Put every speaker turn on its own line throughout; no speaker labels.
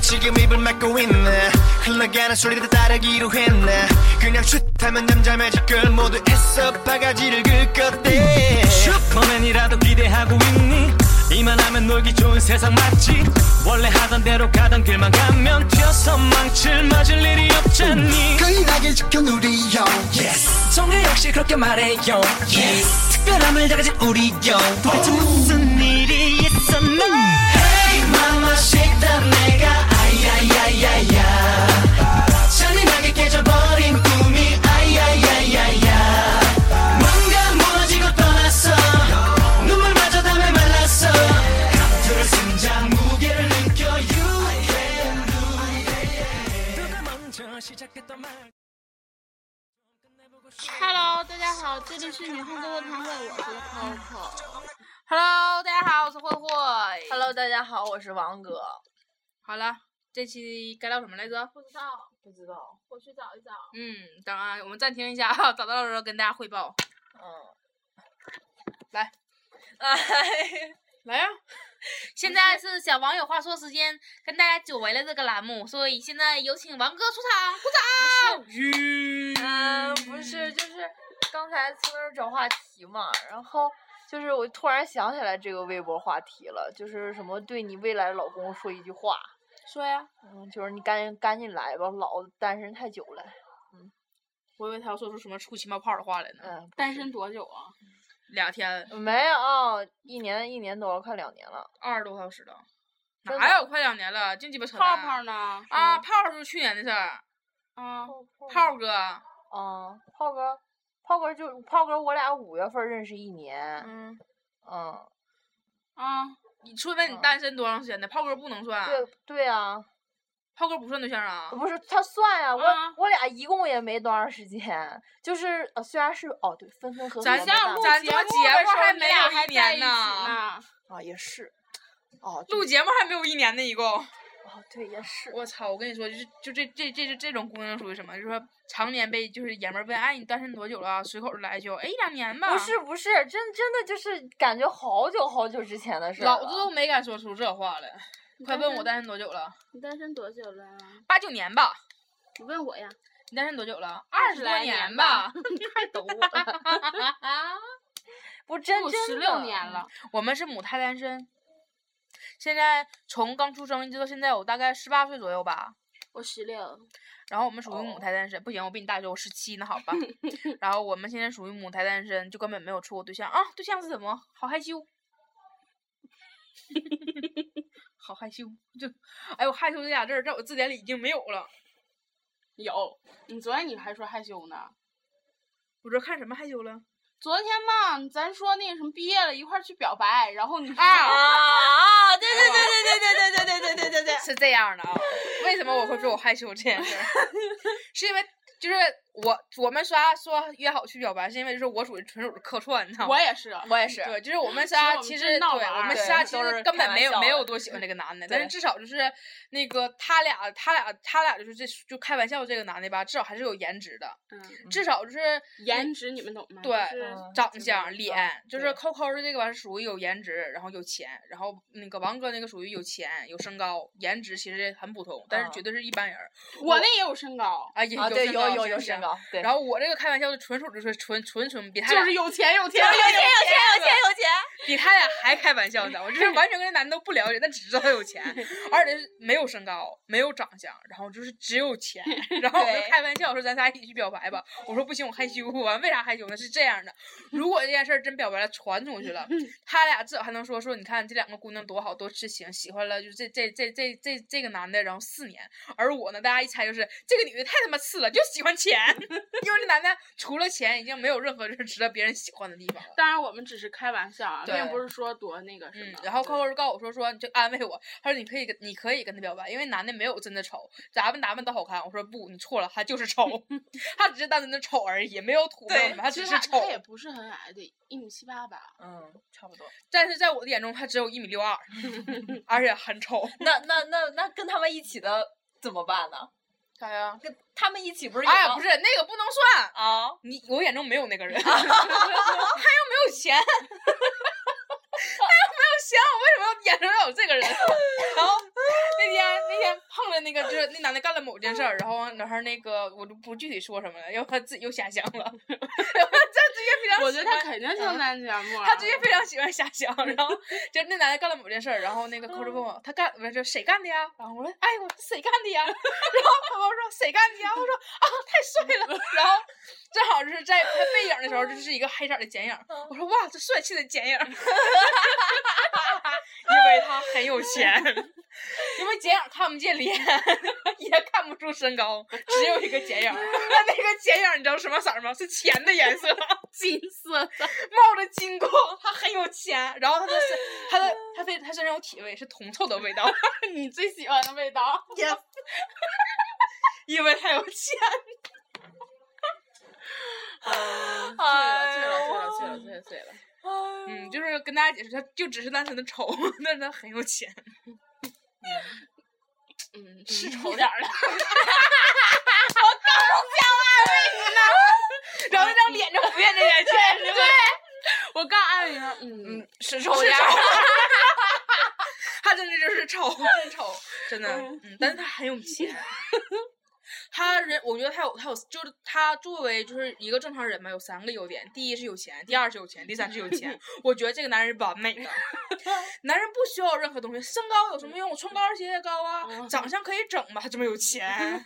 지금 입을 막고 있네 흘러가는 소리를 따르기로 했네 그냥 슛하면 잠잠해질 걸 모두 애써 바가지를 긁었대
슈퍼맨이라도 기대하고 있니 이만하면 놀기 좋은 세상 맞지 원래 하던 대로 가던 길만 가면 튀어서 망칠 맞을 일이 없잖니
거인하게 지켜 누리요
정글 역시 그렇게 말해요 특별함을 다 가진 우리요 도대체 무슨 일이 있었나 Hey mama shake that 내가 아야야야야 잔인하게 깨져버린 꿈이 아야야야야 뭔가 무너지고 떠났어 눈물마저 담에 말랐어 감투를 쓴 자 무게를 느껴 You can do it 누가 먼저 시작했던 말
Hello，大家好，这里是女汉子卧谈会，我是 Coco。Hello，大家好，我是慧慧。
Hello，大家好，我是王哥。
好了，这期该聊什么来着？不知道，
不知道，
我去找一找。嗯，等啊，我们暂停一下，找到的时候跟大家汇报。
嗯，
来，
哎，
来呀、现在是小王有话说时间，跟大家久违了这个栏目，所以现在有请王哥出场，鼓掌。吁
嗯，不是，就是刚才从那儿找话题嘛，然后就是我突然想起来这个微博话题了，就是什么对你未来老公说一句话，
说呀，
嗯，就是你赶紧赶紧来吧，老单身太久了，
我以为他要说出什么出气冒泡的话来呢。
嗯，
单身多久啊？
两天，
没有，一年一年多了，快两年了，
二十多个小时了，
真
哪有快两年了？净鸡巴扯
泡
淡
泡呢？
啊！泡泡就是去年的事儿，嗯
啊，
泡哥，
啊，炮哥，炮哥就炮哥，我俩五月份认识一年，
嗯，
嗯，
啊，
你说问你
嗯
单身多长时间的？炮哥不能算，
对对啊，
炮哥不算对象啊。
不是他算呀、我、
啊
我俩一共也没多长时间，就是呃虽然是哦对分分合合
咱
没
像
办
录
法
咱做
目
节
的
目
时候
还
你
没
俩
有一
还在
年
一起
呢
呢。
啊也是，哦对
录节目还没有一年呢，一共。
哦对也是，
我操！我跟你说，就是就这这这这这种姑娘属于什么？就是说常年被就是爷们儿问，哎，你单身多久了？随口就来一句，哎，一两年吧。
不是不是真真的就是感觉好久好久之前的事儿
老子
了
都没敢说出这话来。快问我单身多久了？
你单身多久了？啊
八九年吧。
你问我呀。
你单身多久了？二十多
来年
吧。
快抖我了，
不真
我
真
十六
的
年了。
我们是母胎单身，现在从刚出生一直到现在，我大概十八岁左右吧。
我十六，
然后我们属于母胎单身不行，我比你大一岁，我十七呢，好吧。然后我们现在属于母胎单身，就根本没有处过对象啊，对象是什么？好害羞， 好害羞，就，哎呦，害羞这俩字儿在我字典里已经没有了。
有。你昨天你还说害羞呢。
我这看什么害羞了？
昨天嘛，咱说那什么毕业了，一块儿去表白，然后你说
啊，对
对对对对对对对对对对对，
是这样的啊、为什么我会说我害羞这件事儿？ 是因为就是我我们仨说约好去表白，是因为就是我属于纯属是客串，你知道吗
我？也是，
我也是
对，就是我们
实
仨
我们
其
是
实对
闹玩
我
儿
们
对
仨其
都
实
是
根
开
本
玩
没有没
笑
有
的
多喜欢这个男的，但是
对
至少就是那个他俩他俩他俩就是这就开玩笑这个男的吧，至少还是有颜值的，
嗯，
至少就是
颜值你们懂吗？
对
就是
嗯
长
就是
相、脸，就是
对
扣扣的这个吧，属于有颜值，然后有钱，然后那个王哥那个属于有钱、有身高，颜值其实很普通，但是绝对是一般人儿
我那也有身高，
啊，也
嗯啊对
身高
有有
是
有
不是
身。高对，
然后我这个开玩笑的纯属就是纯纯纯比他
就
俩
是有钱有
有钱
钱钱
有钱
有钱有钱，
比他俩还开玩笑呢，我就是完全跟这男的都不了解，但只知道他有钱，而且是没有身高，没有长相，然后就是只有钱。然后我就
对
开玩笑说咱仨一起去表白吧，我说不行，我害羞。完为啥害羞呢？是这样的，如果这件事儿真表白了传出去了，他俩至少还能说说，你看这两个姑娘多好，多痴情，喜欢了就这这这这这这个男的，然后四年，而我呢，大家一猜就是这个女的太他妈次了，就喜欢钱， 因为这男的除了钱已经没有任何就是值得别人喜欢的地方了。
当然，我们只是开玩笑啊，
对
并不是说多那个什
嗯
么。，
然后扣扣就告诉我说说你就安慰我，他说你可以跟你可以跟他表白，因为男的没有真的丑，咱们打扮都好看。我说不，你错了，他就是 丑，他只是单纯的丑而已，没有土没有什么，他
其
只
实
是
他
丑
他。也不是很矮，得一米七八吧。
嗯差不多，
但是在我的眼中，他只有一米六 二，而且很丑。
那那那那跟他们一起的怎么办呢？
啥
啊
呀？
跟他们一起不是
哎呀，
有
不是那个不能算，
啊。
你我眼中没有那个人，他又没有钱，他 又没有钱，我为什么要眼中要有这个人？然后那天那天碰着那个就是那男的干了某件事儿，然后完然后那个我就不具体说什么了，要不他自己又瞎想了。 这直接非常喜欢，
我觉得他嗯肯定听咱节目啊了。
他最近非常喜欢瞎想，然后就那男的干了某件事儿，然后那个 coach 问我他干，不是就谁干的呀？然后我说哎，我说谁干的 呀？然后他跟我说谁干的呀？我说啊，太 帅了。然后正好就是在拍背影的时候，就是一个黑色的剪影，我说哇，这帅气的剪影， 因为他很有钱，因为剪影看不见脸， 也看不出身高，只有一个剪 影。那那个剪影你知道什么色儿吗？是钱的颜色。
金色的，
冒着金光，他很有钱， 然后他的身，他的他非他身上有体味，是铜臭的味道，
你最喜欢的味道。
因为他有钱。
醉
哎
了，醉了，醉了，
哦
醉了，醉了，醉了。
嗯，就是跟大家解释，他就只是单纯的丑， 但是他很有钱。
嗯，是丑点儿了。
然后那张脸就不愿这点钱，是吧？
我刚安慰他，嗯，
是丑点儿。 他真的就是 丑，真丑，真的，嗯，但是他很有 钱。他人，我觉得他有，他有，就是他作为就是一个正常人嘛，有三个优点：第一是有钱，第二是有钱，第三是有 钱。我觉得这个男人完美 的，男人不需要任何东西，身高有什么用？我穿高跟鞋也高啊，长相可以整嘛，他这么有钱，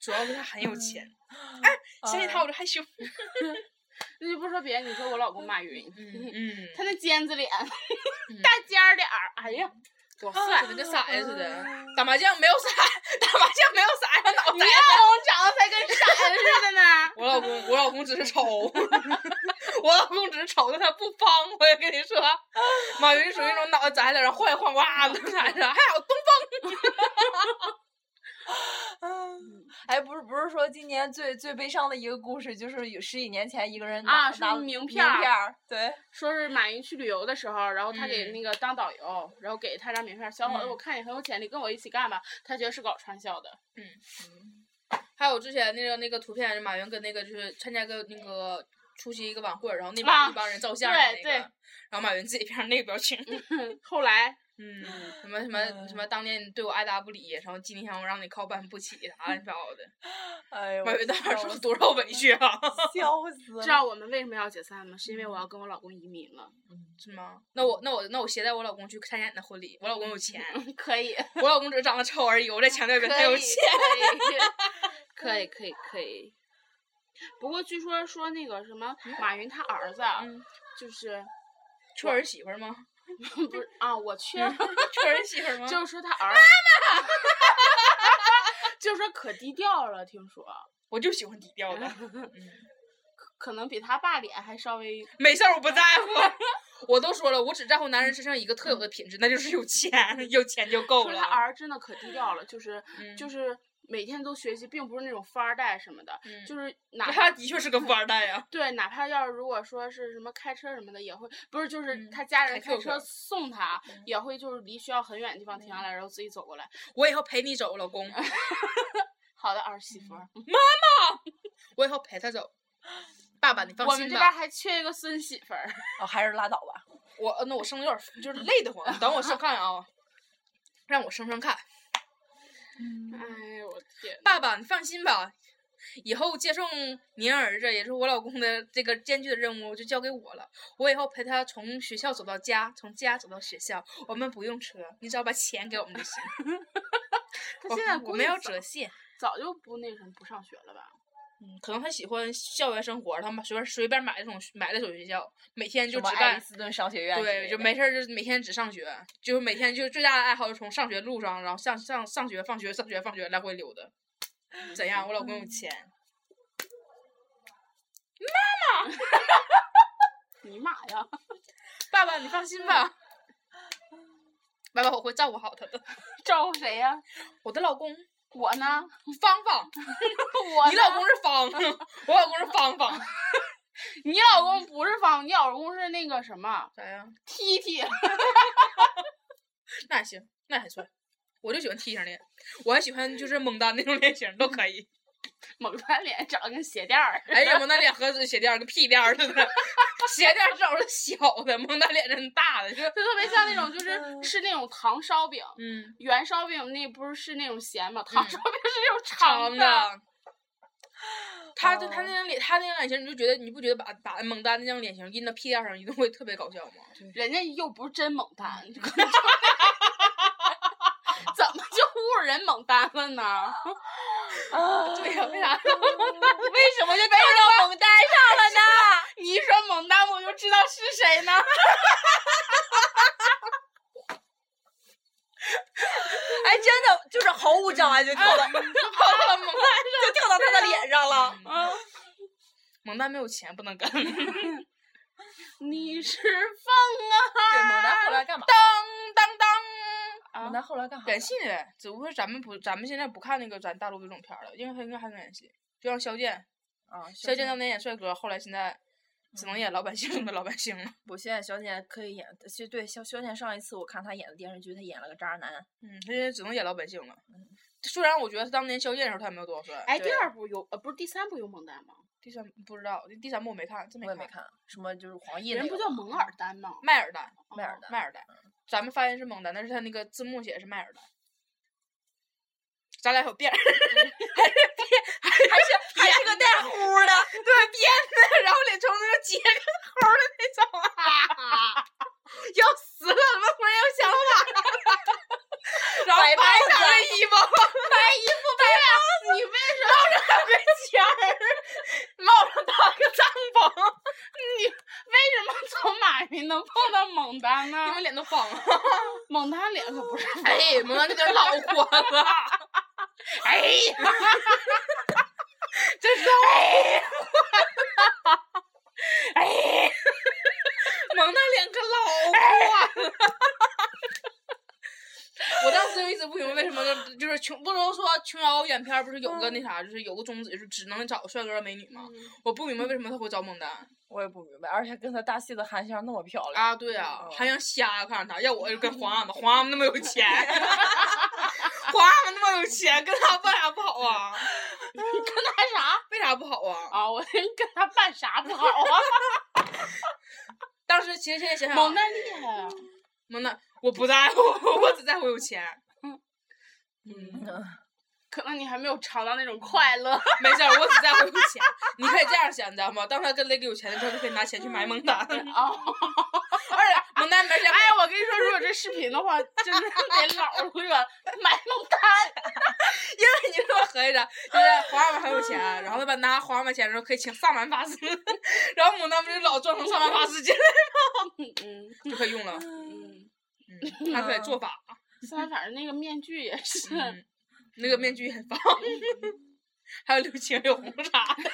主要是他很有钱。哎，想起他我就害羞。
那就不说别的，你说我老公马云，
嗯嗯，
他那尖子脸，大尖儿脸儿，哎
嗯
呀， 多帅！
就跟那傻子似的。打麻将没有傻，打麻将没有傻，他脑
你
袋
老。公长得才跟傻
。
子似的呢
我老公，我老公只是丑， 我老公只是丑，但他不方。我也跟你说，马云属于那种脑袋砸在那晃一晃，哇，那啥啥，还好 东
哎，不是不是说今年最最悲伤的一个故事，就是有十几年前一个人拿
啊是
拿
名
名
片儿
儿对，
说是马云去旅游的时候，然后他给
嗯
那个当导游，然后给他张名片儿，小伙子，
嗯
我看你很有潜力，跟我一起干吧。他觉得是搞传销的，
还有之前那个那个图片，马云跟那个就是参加个那个出席一个晚会，然后那
啊
帮一帮人照相的那个
对对，
然后马云自己变成那个表情，
后来
嗯，什么什么什么，当年你对我爱答不理，然后今天我让你靠半步起， 啥乱七八糟的，
哎呦，
马云当时
笑
受
死
多少委屈啊！
笑死
知
了，
道我们为什么要解散吗？是因为
嗯
我要跟我老公移民了。
是吗？那我那我那我携带我老公去参加你的婚礼，我老公有钱，
可以，
我老公只是长得丑而已。我再强调一遍，他有钱。
可以， 可以，可以，可以。不过据说说那个什么马云他儿子，啊
嗯
就是
缺儿媳妇儿吗？
不是啊，我去，
嗯缺儿媳妇儿吗？
就是说他 儿，就是说可低调了，听说
我就喜欢低调 的，
可能比他爸脸还稍微
没事儿，我不在乎。 我都说了，我只在乎男人身上一个特有的品质，那就是有钱，有钱就够
说
了
他。儿真的可低调了，就是、
嗯
就是每天都学习，并不是那种富二代什么的，
嗯
就是
那
哪怕
他的确是个富二代啊 呀、
对，哪怕要是如果说是什么开车什么的，也会不是就是
嗯
他家人
开客
开车
户
送他，
嗯
也会就是离学校很远的地方停下来，然后自己走过来。
我以后陪你走，老 公，
好的，儿媳妇儿，
嗯我以后陪他 走。爸爸，你放
我们
心
这边
吧，
还缺一个孙媳妇儿。
哦，还是拉倒吧。
我呃那我生的有点儿就是累得慌，等我生看啊，让我生生看。嗯
哎呦我天，
爸爸，你放心吧，以后接送您儿子，也就是我老公的这个艰巨的任务，就交给我了。我以后陪他从学校走到家，从家走到学校，我们不用车，你只要把钱给我们就行。
他
我
现在
我
估计
们要
早
折现，
早就不那什么不上学了吧？
嗯，可能他喜欢校园生活，他们随便随便买那种买那种学校，每天就
什么
只
爱丽
干。
斯顿商学院之类
对，
的，
就没事儿，就是每天只上学，就是每天就最大的爱好就是从上学路上，然后上上上学、放学、上学、放学来回溜达。怎样？我老公有钱，
尼玛呀！
爸爸，你放心吧，爸爸我会照顾好他的。
照顾谁呀、
我的老公
我呢？
芳芳，
我
你
呢
老公是芳，我老公是芳芳。
你老
嗯
公不是方，你老公是那个什么
啥呀？
T T。
那还行，那还算。我就喜欢 T 型脸，我还喜欢就是蒙丹那种脸型都可以。
猛穿脸长得跟鞋垫儿似 的。
哎呀，蒙大脸和鞋垫儿跟屁垫儿似的， 鞋垫儿找是小的，蒙大脸真大的，就
就特别像那种，就是吃那种糖烧饼，
嗯，
圆烧饼那不是是那种咸吗？糖
嗯
烧饼是那种
长
长的，
的。他就他那张脸，他那张脸型，你就觉得你不觉得把把蒙丹那张脸型印到屁垫儿上，一定会特别搞笑吗？
人家又不是真猛单，你跟我说 怎么就侮辱人猛单了呢？
对呀，为啥
为什么就被到猛单上了呢？ 你一说猛单，我就知道是谁 呢。
哎，真的就是毫无障碍就跳到就
跑到 蒙丹？
跳到他的脸上 了。
嗯
嗯
蒙丹没有钱，不能跟。
你是啊风
对，猛男后来干嘛？
当当，
啊
猛
啊！
男后来干啥？
演戏呢，只不过咱们不，咱们现在不看那个咱大陆这种片儿了，因为他应该还能演戏，就像肖剑，
啊，
肖
萧
剑当
敬
年演帅哥，后来现在只能演老百姓的老百姓了。
不，现在萧剑可以演，就对萧萧剑上一次我看他演的电视剧，他演了个渣男。
嗯，他现在只能演老百姓了。虽然我觉得他当年肖剑的时候他也没有多少岁。
哎，第
对
二部有呃，不是第三部有猛丹吗？
第三不知道，第三部我没看，真
我
没
也
看。
没看，什么就是黄奕
人
那
不
个
叫蒙尔丹 吗？
麦尔丹，
迈尔嗯的，
麦尔丹，咱们发音是蒙丹，但是他那个字幕写的是麦尔丹。咱俩有变儿，
还是还是个带呼儿的。
对变的，然后脸充那个结个猴儿的那种啊，要死了，怎么忽然有想法了？然后
白
白
帽
打
子啊
个衣服，啊白衣服白帽子，你为什么帽上打个尖儿，帽上打个帐篷？
为什么从马云能碰到猛丹呢
你？们脸都方了。
猛丹脸可不是疯
哎，蒙娜那点老火了，哎，真是哎，哎， 蒙娜脸可
哎
老火了。 我当时就一直不明白为什么就就是琼，不都说琼瑶演片儿不是有个
嗯
那啥，就是有个宗旨，就是只能找帅哥美女吗？我不明白为什么他会找猛男
我也不明白，而且跟他搭戏的韩香那么漂亮，
啊？对啊，
哦
还让瞎看上他，要我就跟 皇阿玛，皇阿玛那么有钱， 皇阿玛那么有钱，跟他办啥不好啊？
干啥？
为啥不好啊？
啊，我跟他办啥不 好啊？
当时其实现在想想，
蒙丹厉害啊！
蒙娜，我不在乎， 我只在乎有钱。
可能你还没有尝到那种快 乐。
没事儿，我只在乎有钱。你可以这样想，你知道吗？当他跟雷哥有钱的时候，就可以拿钱去买蒙 丹。
啊！
哦而且蒙丹没钱，
哎，我跟你说，如果这视频的话，真的得老 远买蒙丹。
因为 你说合计着，就是皇阿玛很有钱，然后他把拿皇阿玛钱的时候可以请萨满法师， 然后蒙丹不就老装成萨满法师进来
嗯
吗？就可以用了，
嗯，
嗯，他可以做法，
现在反正那个面具也是，
嗯，那个面具也放，还有刘青、柳红啥的。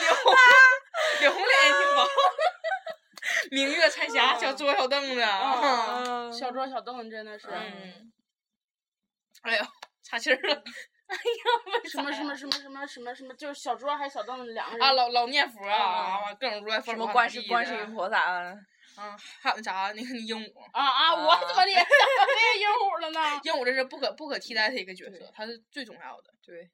柳红，柳红脸也挺薄。明月彩霞，小桌小凳子。
啊
嗯
小桌小凳真的是。
嗯。哎呦，岔气儿了。
什么什么什么什么什么什么，就是小桌还是小凳子两个人
啊，老
嗯
老念佛啊，完各种乱
什
放
么
花
观
地
世
的
观世音菩萨啊，
啊，还有那啥那个鹦鹉，
啊啊！我
啊
怎么联想到那个鹦鹉了 呢？
鹦鹉这是不可不可替代的一个角色，它是最重要的。
对。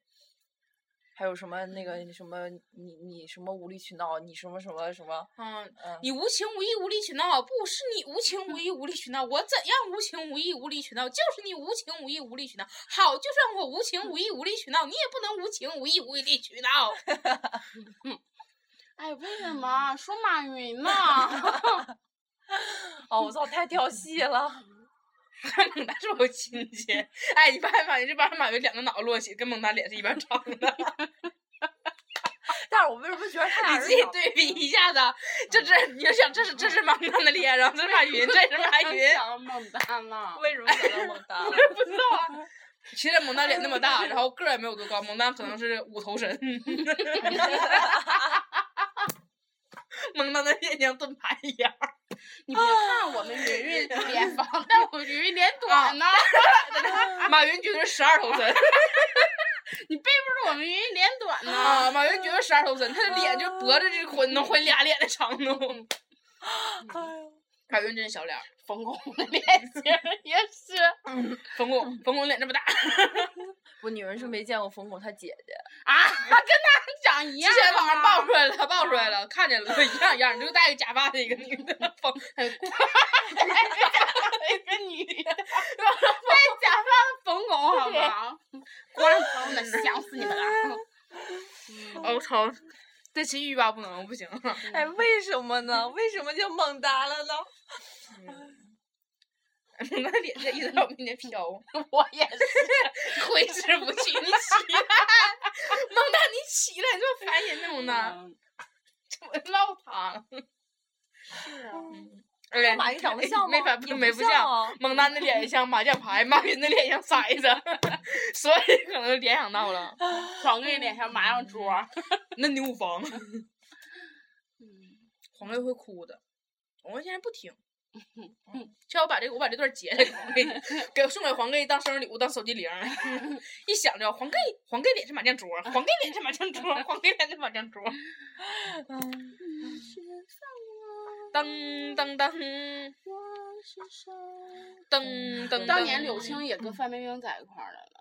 还有什么那个什么你你什么无理取闹，你什么什么什么，
嗯，
嗯，
你无情无义无理取闹，不是你无情无义无理取闹，我怎样无情无义无理取闹？就是你无情无义无理取闹。好，就算我无情无义无理取闹，你也不能无情无义无理取闹。
哎，为什么说马 云呢？
哦，我操，太跳戏了，
蒙丹是我亲戚，哎，你发现马云这帮人马云两个脑袋摞起，跟蒙丹脸是一般长的。
但是我为什么觉 得他俩
你
人
自己
长
对比一下子，这这
嗯
你就想这是这是蒙丹的脸，然后这是马云，这是马云。
想猛蛋了。
为什么想到蒙丹了？
其实蒙丹脸那么大，然后个儿也没有多高，蒙丹可能是五头身。蒙丹的脸像盾牌一样，
你别看我们云云 脸方，但我云云脸 短呢。
马云绝对十二头 身
你背不住我们云云脸短呢。
啊！马云绝对
哎
十二头身，他的脸就脖子这混能混俩脸的长度。还有认真小脸儿，
冯巩的脸型儿也是，
冯
嗯
巩，冯巩脸这么大，
我女人是没见过冯巩他姐姐，
啊，跟他长
之
一样
前网上爆
啊！
出来了，爆出来了，看见了，一样一样，就戴个假发的一个女的，冯，
一个女的，戴假发的冯巩，好不好？观众朋友们，想死你们了！
我哦操，
嗯
这期欲罢不能，不行，
哎，为什么呢？为什么叫猛达了呢？
那脸这一直在我面前飘，
我也是，
挥之不去。你起来，蒙大你起来，你这么烦人呢，蒙 大，怎么唠他了？是啊，
马云长得像吗？
没法
也
没不
像
像
啊。
蒙丹的脸像麻将牌，马云的脸像骰子， 所以可能联想到了
床给脸上麻将桌儿，
那牛 房。
嗯
黄月会哭的，黄月现在不 听。嗯，叫我把这个，我把这段截了，黄 盖给送给黄盖当生日礼物，当手机铃儿。 一想着黄盖，黄盖脸是麻将桌，黄盖脸是麻将桌，黄盖脸是麻将桌。 嗯当当当当当，
当年柳青也跟范冰冰在一块儿了呢。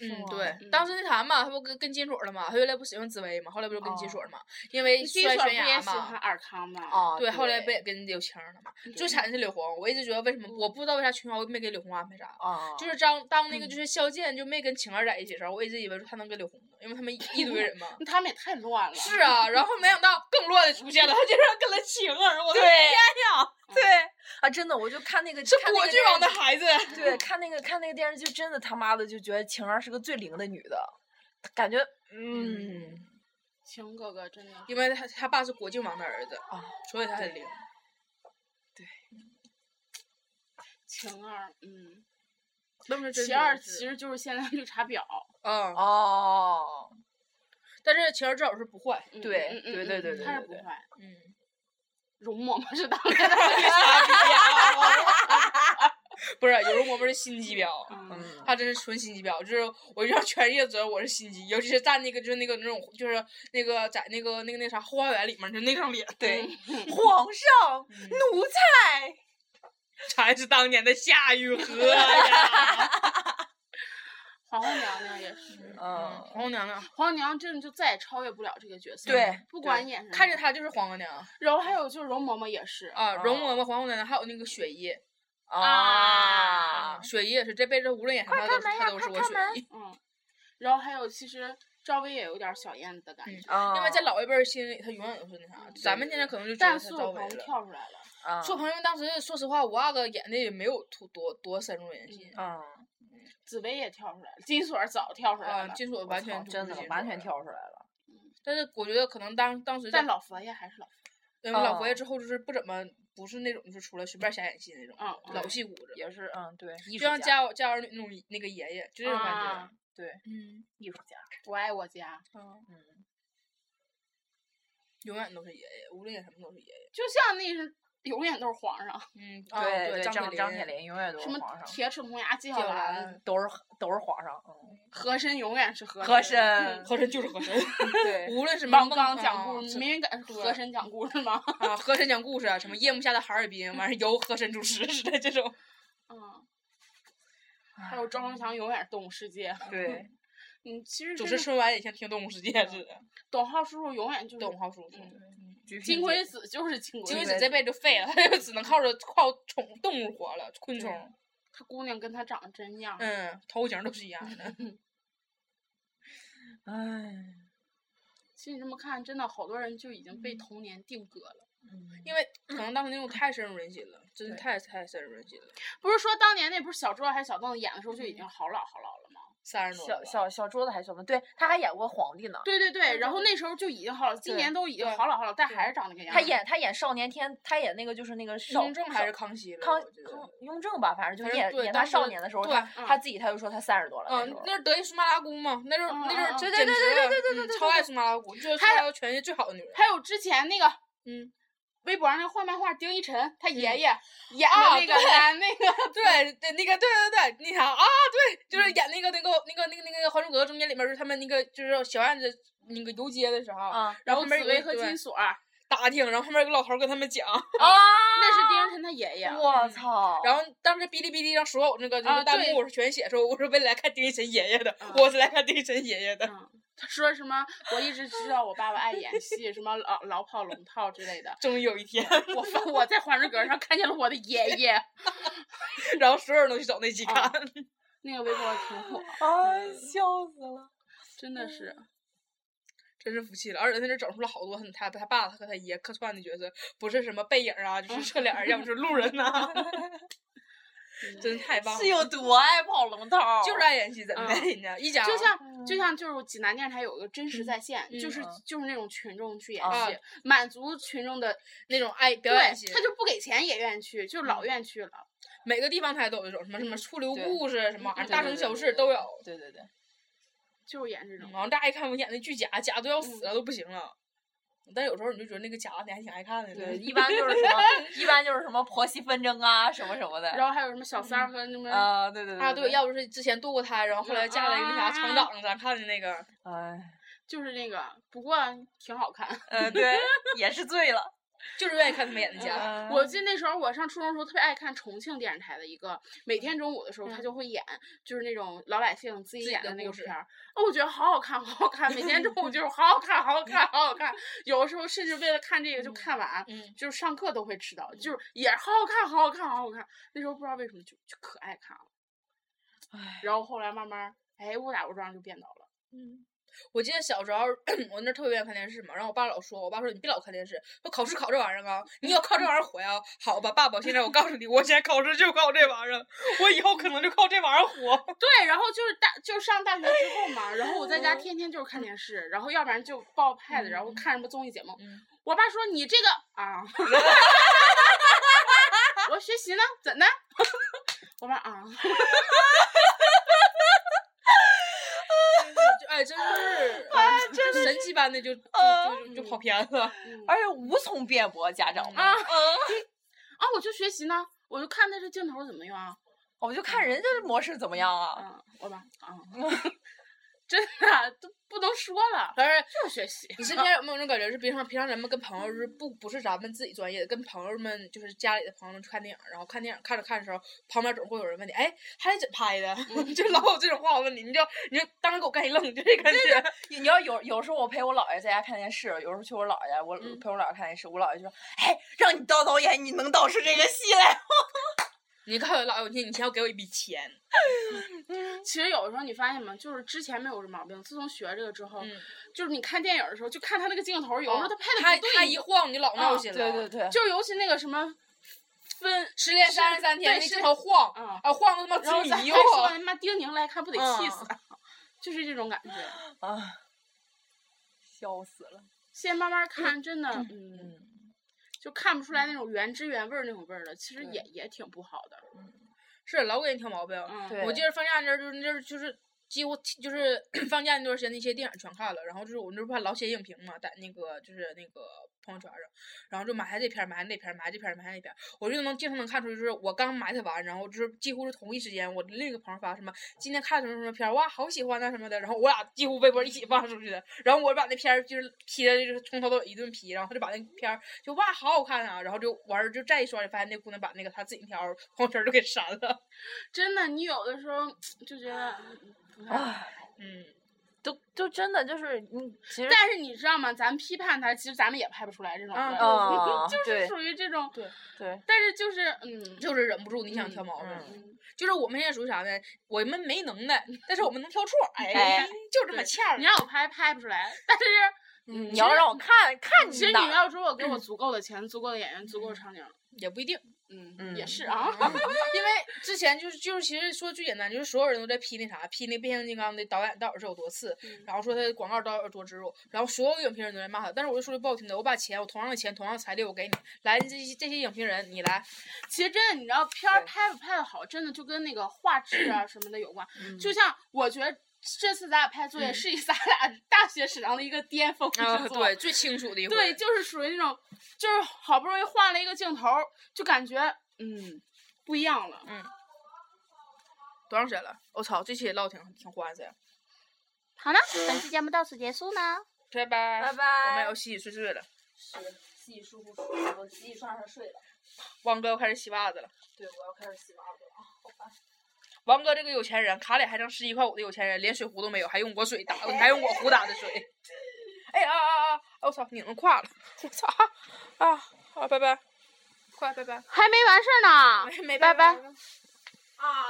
嗯，
吗
对，
嗯
当时那啥嘛，他不跟跟金锁了嘛，他原来不使用紫薇嘛，后来不就跟金锁了嘛，因为
金
摔
锁不
悬
也
崖
喜欢
嘛。
尔康吗？
啊，
对，后来不也跟柳青了嘛？最
对
惨的是柳红，我一直觉得为什么我不知道为啥琼瑶没给柳红安排啥，
啊，
就是当当那个就是肖剑就没跟晴儿在一起的时候，我一直以为他能跟柳红呢，因为他们一一堆人嘛。
那他们也太乱了。
是啊，然后没想到更乱的出现了，他竟然跟了晴儿，我的
对
天，
对啊，真的，我就看那个
是
看那
国
个
剧
电
王的
视
孩子。
剧对，看那个看那个电视剧，真的他妈的就觉得晴儿是个最灵的女的，感觉嗯，
晴哥哥真的
因为他他爸是国靖王的儿子
啊，
所以他很灵。
晴儿，嗯，
那么
晴儿其实就是现在绿茶婊。
嗯，
哦，
但是晴儿至少是不坏。
嗯
对
嗯嗯
对
嗯
对
嗯
对对
他是
对
不
对
坏。
嗯。
容嬷嬷是当年的绿茶
不是，有时候我们是心机婊，
婊。
嗯，
他真是纯心机婊，就是我让全世界知道我是心机，尤其是在那个就是那个那种就是那个在那个那个那啥花园里面就那张脸，
对，皇上，奴才，
才是当年的夏雨荷呀，
皇后娘娘也是，
嗯，
嗯，
皇后娘娘，
皇后娘娘真的就再也超越不了这个角色。
对，
不管演什么，
看着她就是皇后娘
然后还有就是容嬷嬷也是，
啊，容嬷嬷、皇后娘娘，还有那个雪姨，
啊，
雪姨也是这辈子无论演啥她都是她都是我雪姨，
嗯，然后还有其实赵薇也有点小燕子的感觉，
嗯因
因
为在老一辈儿心里她永远都是那啥，咱们现在可能就觉
但
得
苏
她赵
有
薇了。
朋跳出来了，
啊，
做朋友当时说实话，五阿哥演的也没有突多多深入人心
啊，
紫薇也跳出来了，金锁早跳出来
啊，
了，
金锁
嗯我
完
操
全就
真
不
的
是金
完
锁
全
了。
跳出来了，
但是我觉得可能当当时在
但老佛爷还是老佛
嗯老
哦
佛爷之后，就是不怎么不是那种就出来随便瞎演戏那种
嗯嗯
老戏骨子，
也是嗯，对，
就
艺术
像
家，
家有家有儿女那种那个爷爷，就这种感觉
啊。
对，
嗯
艺术家，
爷，我爱我家，
嗯
嗯，
永远都是爷爷，无论演什么都是爷爷。
就像那是永远都是皇上，
嗯，啊
对对，
张
张张铁
铁，
林永远都
什
是
么
皇上，
铁齿铜牙纪晓
小
岚，
兰都是都是皇上，嗯，
和珅永远是和
和
珅
珅，
嗯和珅就是和珅，
嗯 对，
无论是
王
梦
刚
啊
讲故事，
是
没人敢和珅讲故事吗？
啊，和珅讲故事啊，什么夜幕下的哈尔滨，完事儿由和珅主 持似的这种。
嗯。还有赵忠祥永远是动物世界，
对，
嗯，其实
主
真
持
的
春晚也像听动物世界似的，
董浩叔叔永远就是
董浩叔叔。
金龟子就是金
金龟
龟子，
子这辈子就废了， 他就只能靠着靠宠动物活了，昆
啊
虫。
他姑娘跟他长得真像。
嗯，头型都是一 样的。
哎，
其实你这么看，真的好多人就已经被童年定格了。
因为可能当时那种太深入人心了，真是
对
太太深入人心了。
不是说当年那不是小周还是小凳子演的时候就已经好老好老了吗？
三十多
小
了吧，
小小桌子还小吗？对，他还演过皇帝呢。
对对对，然后那时候就已经好老，今
对
年都已经
对
好老好老，但还是长那个样。
他，演他演少年天，他演那个就是那个少
雍正还
少
是康熙了？
康
我觉得嗯
康雍正吧，反
反
正就是
正
演
对
演
当
他
时
少年的时候，
对
他
嗯
他自己他就说他三十多了那时
嗯
候，。
那是德意苏麻拉姑嘛，那时候那时
嗯嗯
候
嗯
真
对对对对对对对对
超爱苏麻拉姑，就是
还
她
有
要全世界最好的女人。
还有之前那个
嗯，
微博上那画漫画丁一辰，他爷爷演
啊
的那个
对
男那个，
对对，那个对对对，那啥啊，对，
嗯
就是演那个那个那个那个那个《还珠格格》中间里面，就是他们那个就是小燕子那个游街的时候，
啊，
然后
紫薇
薇
和金锁儿，
打听，然后后面有个老头儿跟他们讲，
哦那是丁儿晨他爷爷。
嗯
我操！
然后当时哔哩哔哩上所有那个就
啊
是弹
对
幕我是全写说我是为了来看丁一晨爷爷的
啊，
我是来看丁一晨爷爷的，
嗯，他说什么？我一直知道我爸爸爱演戏，什么老老跑龙套之类的。
终于有一天，
我发 我在还珠格格上看见了我的爷爷，
然后所有人都去找那集看
啊，那个微博挺火，
啊，笑死了！
真的是。
嗯真是服气了。而且在那整出了好多很他他爸他和他爷客串的角色，不是什么背影啊，就是侧脸儿，要么就是路人呐、 真是太棒了
是。有多爱跑龙套？
就是爱演戏，怎么的？
嗯
人家一家
就像就像就是济南电视台有一个真实在线，
嗯
就是
嗯
就是那种群众去演
啊
戏，满足群众的
那种爱表
对
演嗯型，
他就不给钱也愿意去，就老愿意去了。
每个地方台都有这种什么什么醋溜
对
故事什么玩意
嗯
儿，大
对
城
对
小
对
事都有。
对对对，
就是演这种
然。后大家一看我演那剧假，假都要死了，都不行了。但有时候你就觉得那个假你还挺爱看的。
对，一般就是 什么，一般就是什么婆媳纷争啊，什么什么的。
然后还有什么小
嗯
三儿和那么、
啊，对对对
啊，对，要不是之前堕过胎，然后后来嫁了一个啥厂长，咱看的那个，
哎，
就是那个，不过挺好看。
呃，对，也是醉 了。
就是愿意看他们演的假。
嗯
我记得那时候我上初中的时候特别爱看重庆电视台的一个，每天中午的时候他就会演，就是那种老百姓自己
嗯自己
演
的
的那个
故事
片儿。哦，我觉得好好看，好好看，每天中午就是好好看，好好看，好 好看。有的时候甚至为了看这个就看完，
嗯，
就是上课都会迟到，就是也好好看，好好看，好好看。那时候不知道为什么就就可爱看了，然后后来慢慢，哎，误打误撞就变到了。
嗯我记得小时候我那儿特 别愿意看电视嘛，然后我爸老说，我爸说你别老看电视，说考试考这玩意儿啊，你要靠这玩意儿活呀。好吧，爸爸，现在我告诉你，我现在考试就靠这玩意儿，我以后可能就靠这玩意儿活。
对，然后就是大，就上大学之后嘛，然后我
哦
在家天天就是看电视，然后要不然就抱 pad，然后看什么综艺节目。
嗯
我爸说你这个啊， 我学习呢， 怎的？我爸啊，
就哎，真 是，啊真是嗯神奇般的就就就就就跑偏了。
嗯
而且无从辩驳家长们
啊
嗯
啊，我就学习呢，我就看他这镜头怎么用啊，
我就看人家的模式怎么样啊。
啊，我爸 啊，真的啊都不能说了，
而且
就是学习。
你身边有没有那种感觉，是平常平常咱们跟朋友就是不不是咱们自己专业的，跟朋友们就是家里的朋友们去看电影，然后看电影看着看着时候，旁边总会有人问你，哎，他是怎么拍的？ 就老有这种话我问你，你就你就当时给我干一愣，就这感觉。
你知道有有时候我陪我姥爷在家看电视，有时候去我姥爷家，我
嗯
陪我姥爷看电视，我姥爷就说：“哎，让你当导演，你能导出这个戏来
你告诉我老友记，你先要给我一笔钱，
其实有的时候你发现吗？就是之前没有这毛病，自从学这个之后，
嗯
就是你看电影的时候，就看他那个镜头，有时候
哦
他拍的
他
不对，
他
你
一
哦
晃你就老闹心？”了。
对对对，
就尤其那个什么分，
失恋三十三天，
对
那
是
镜头晃
哦
嗯
啊晃的他妈
然后
直
咱还
迷
说哎
糊。
他妈丁宁来看，不得
嗯
气死他，就是这种感觉。
啊，笑死了。
现在慢慢看，真的，嗯，
嗯，
就看不出来那种原汁原味儿那种味儿了，其实
对
也也挺不好的。
是老给你挑毛病。
嗯，
对
我记得放假那阵儿，就是那阵儿就是几乎就是 放假那段时间，那些电影全看了。然后就是我那不还老写影评嘛，在那个就是那个朋友圈上，然后就埋汰这片儿，埋汰那片儿，埋汰这片儿，埋汰那片儿，我就能经常能看出，就是我刚埋汰完，然后就是几乎是同一时间，我的另一个朋友发什么今天看什么什么片儿，哇，好喜欢呐、什么的，然后我俩几乎微博一起发出去的。然后我把那片儿就是批的，就是从头到尾一顿批，然后他就把那片儿就哇，好好看啊，然后就完事儿就再一刷，就发现那姑娘把那个她自己那条朋友圈儿都给删了。
真的，你有的时候就觉得不太好。
嗯。
就就真的就是你其实
但是你知道吗？咱们批判他，其实咱们也拍不出来这种味
嗯
儿，
啊
就是
对
属于这种。
对
对，
但是就是嗯，
就是忍不住你想
嗯
挑毛病，
嗯
就是我们现在属于啥呢？我们没能耐，但是我们能挑错，哎，
哎
就这么
对
欠儿
你。让我拍拍不出来，但是
嗯
你要让我看看
其实
你哪
你
儿，
要如果给我足够的钱、足够的演员、足够的场景，
也不一定，
嗯，
嗯
也是啊。
因为之前就是就是，其实说最简单，就是所有人都在批那啥，批那变形金刚的导演到底是有多次，
嗯
然后说他的广告到底有多植入，然后所有影评人都在骂他。但是我就说句不好听的，我把钱，我同样的钱，同样的财力，我给你，来，这些这些影评人，你 来，
其实真的，你知道片儿
对
拍不拍的好，真的就跟那个画质啊什么的有关。就像我觉得这次咱俩拍作业
嗯
是以咱俩大学史上的一个巅峰之
啊，
作。
对，最清楚的一回，
对，就是属于那种，就是好不容易换了一个镜头，就感觉嗯不一样了。
多长时间了？我操，这期也唠挺挺欢塞，
好了，本期节目到此结束呢。
拜拜，
拜
我们
拜
也要洗洗睡睡了。
洗洗漱漱漱漱，我洗洗涮涮睡了。
王哥要开始洗袜子了。
对，我要开始洗袜子了。
王哥这个有钱人，卡里还剩十一块五的有钱人，连水壶都没有，还用我水打，还用我壶打的水。哎啊啊啊！啊我操，拧胯了！我操啊啊！好，拜拜，快拜拜，
还没完事儿呢。
没没
拜
拜
拜
拜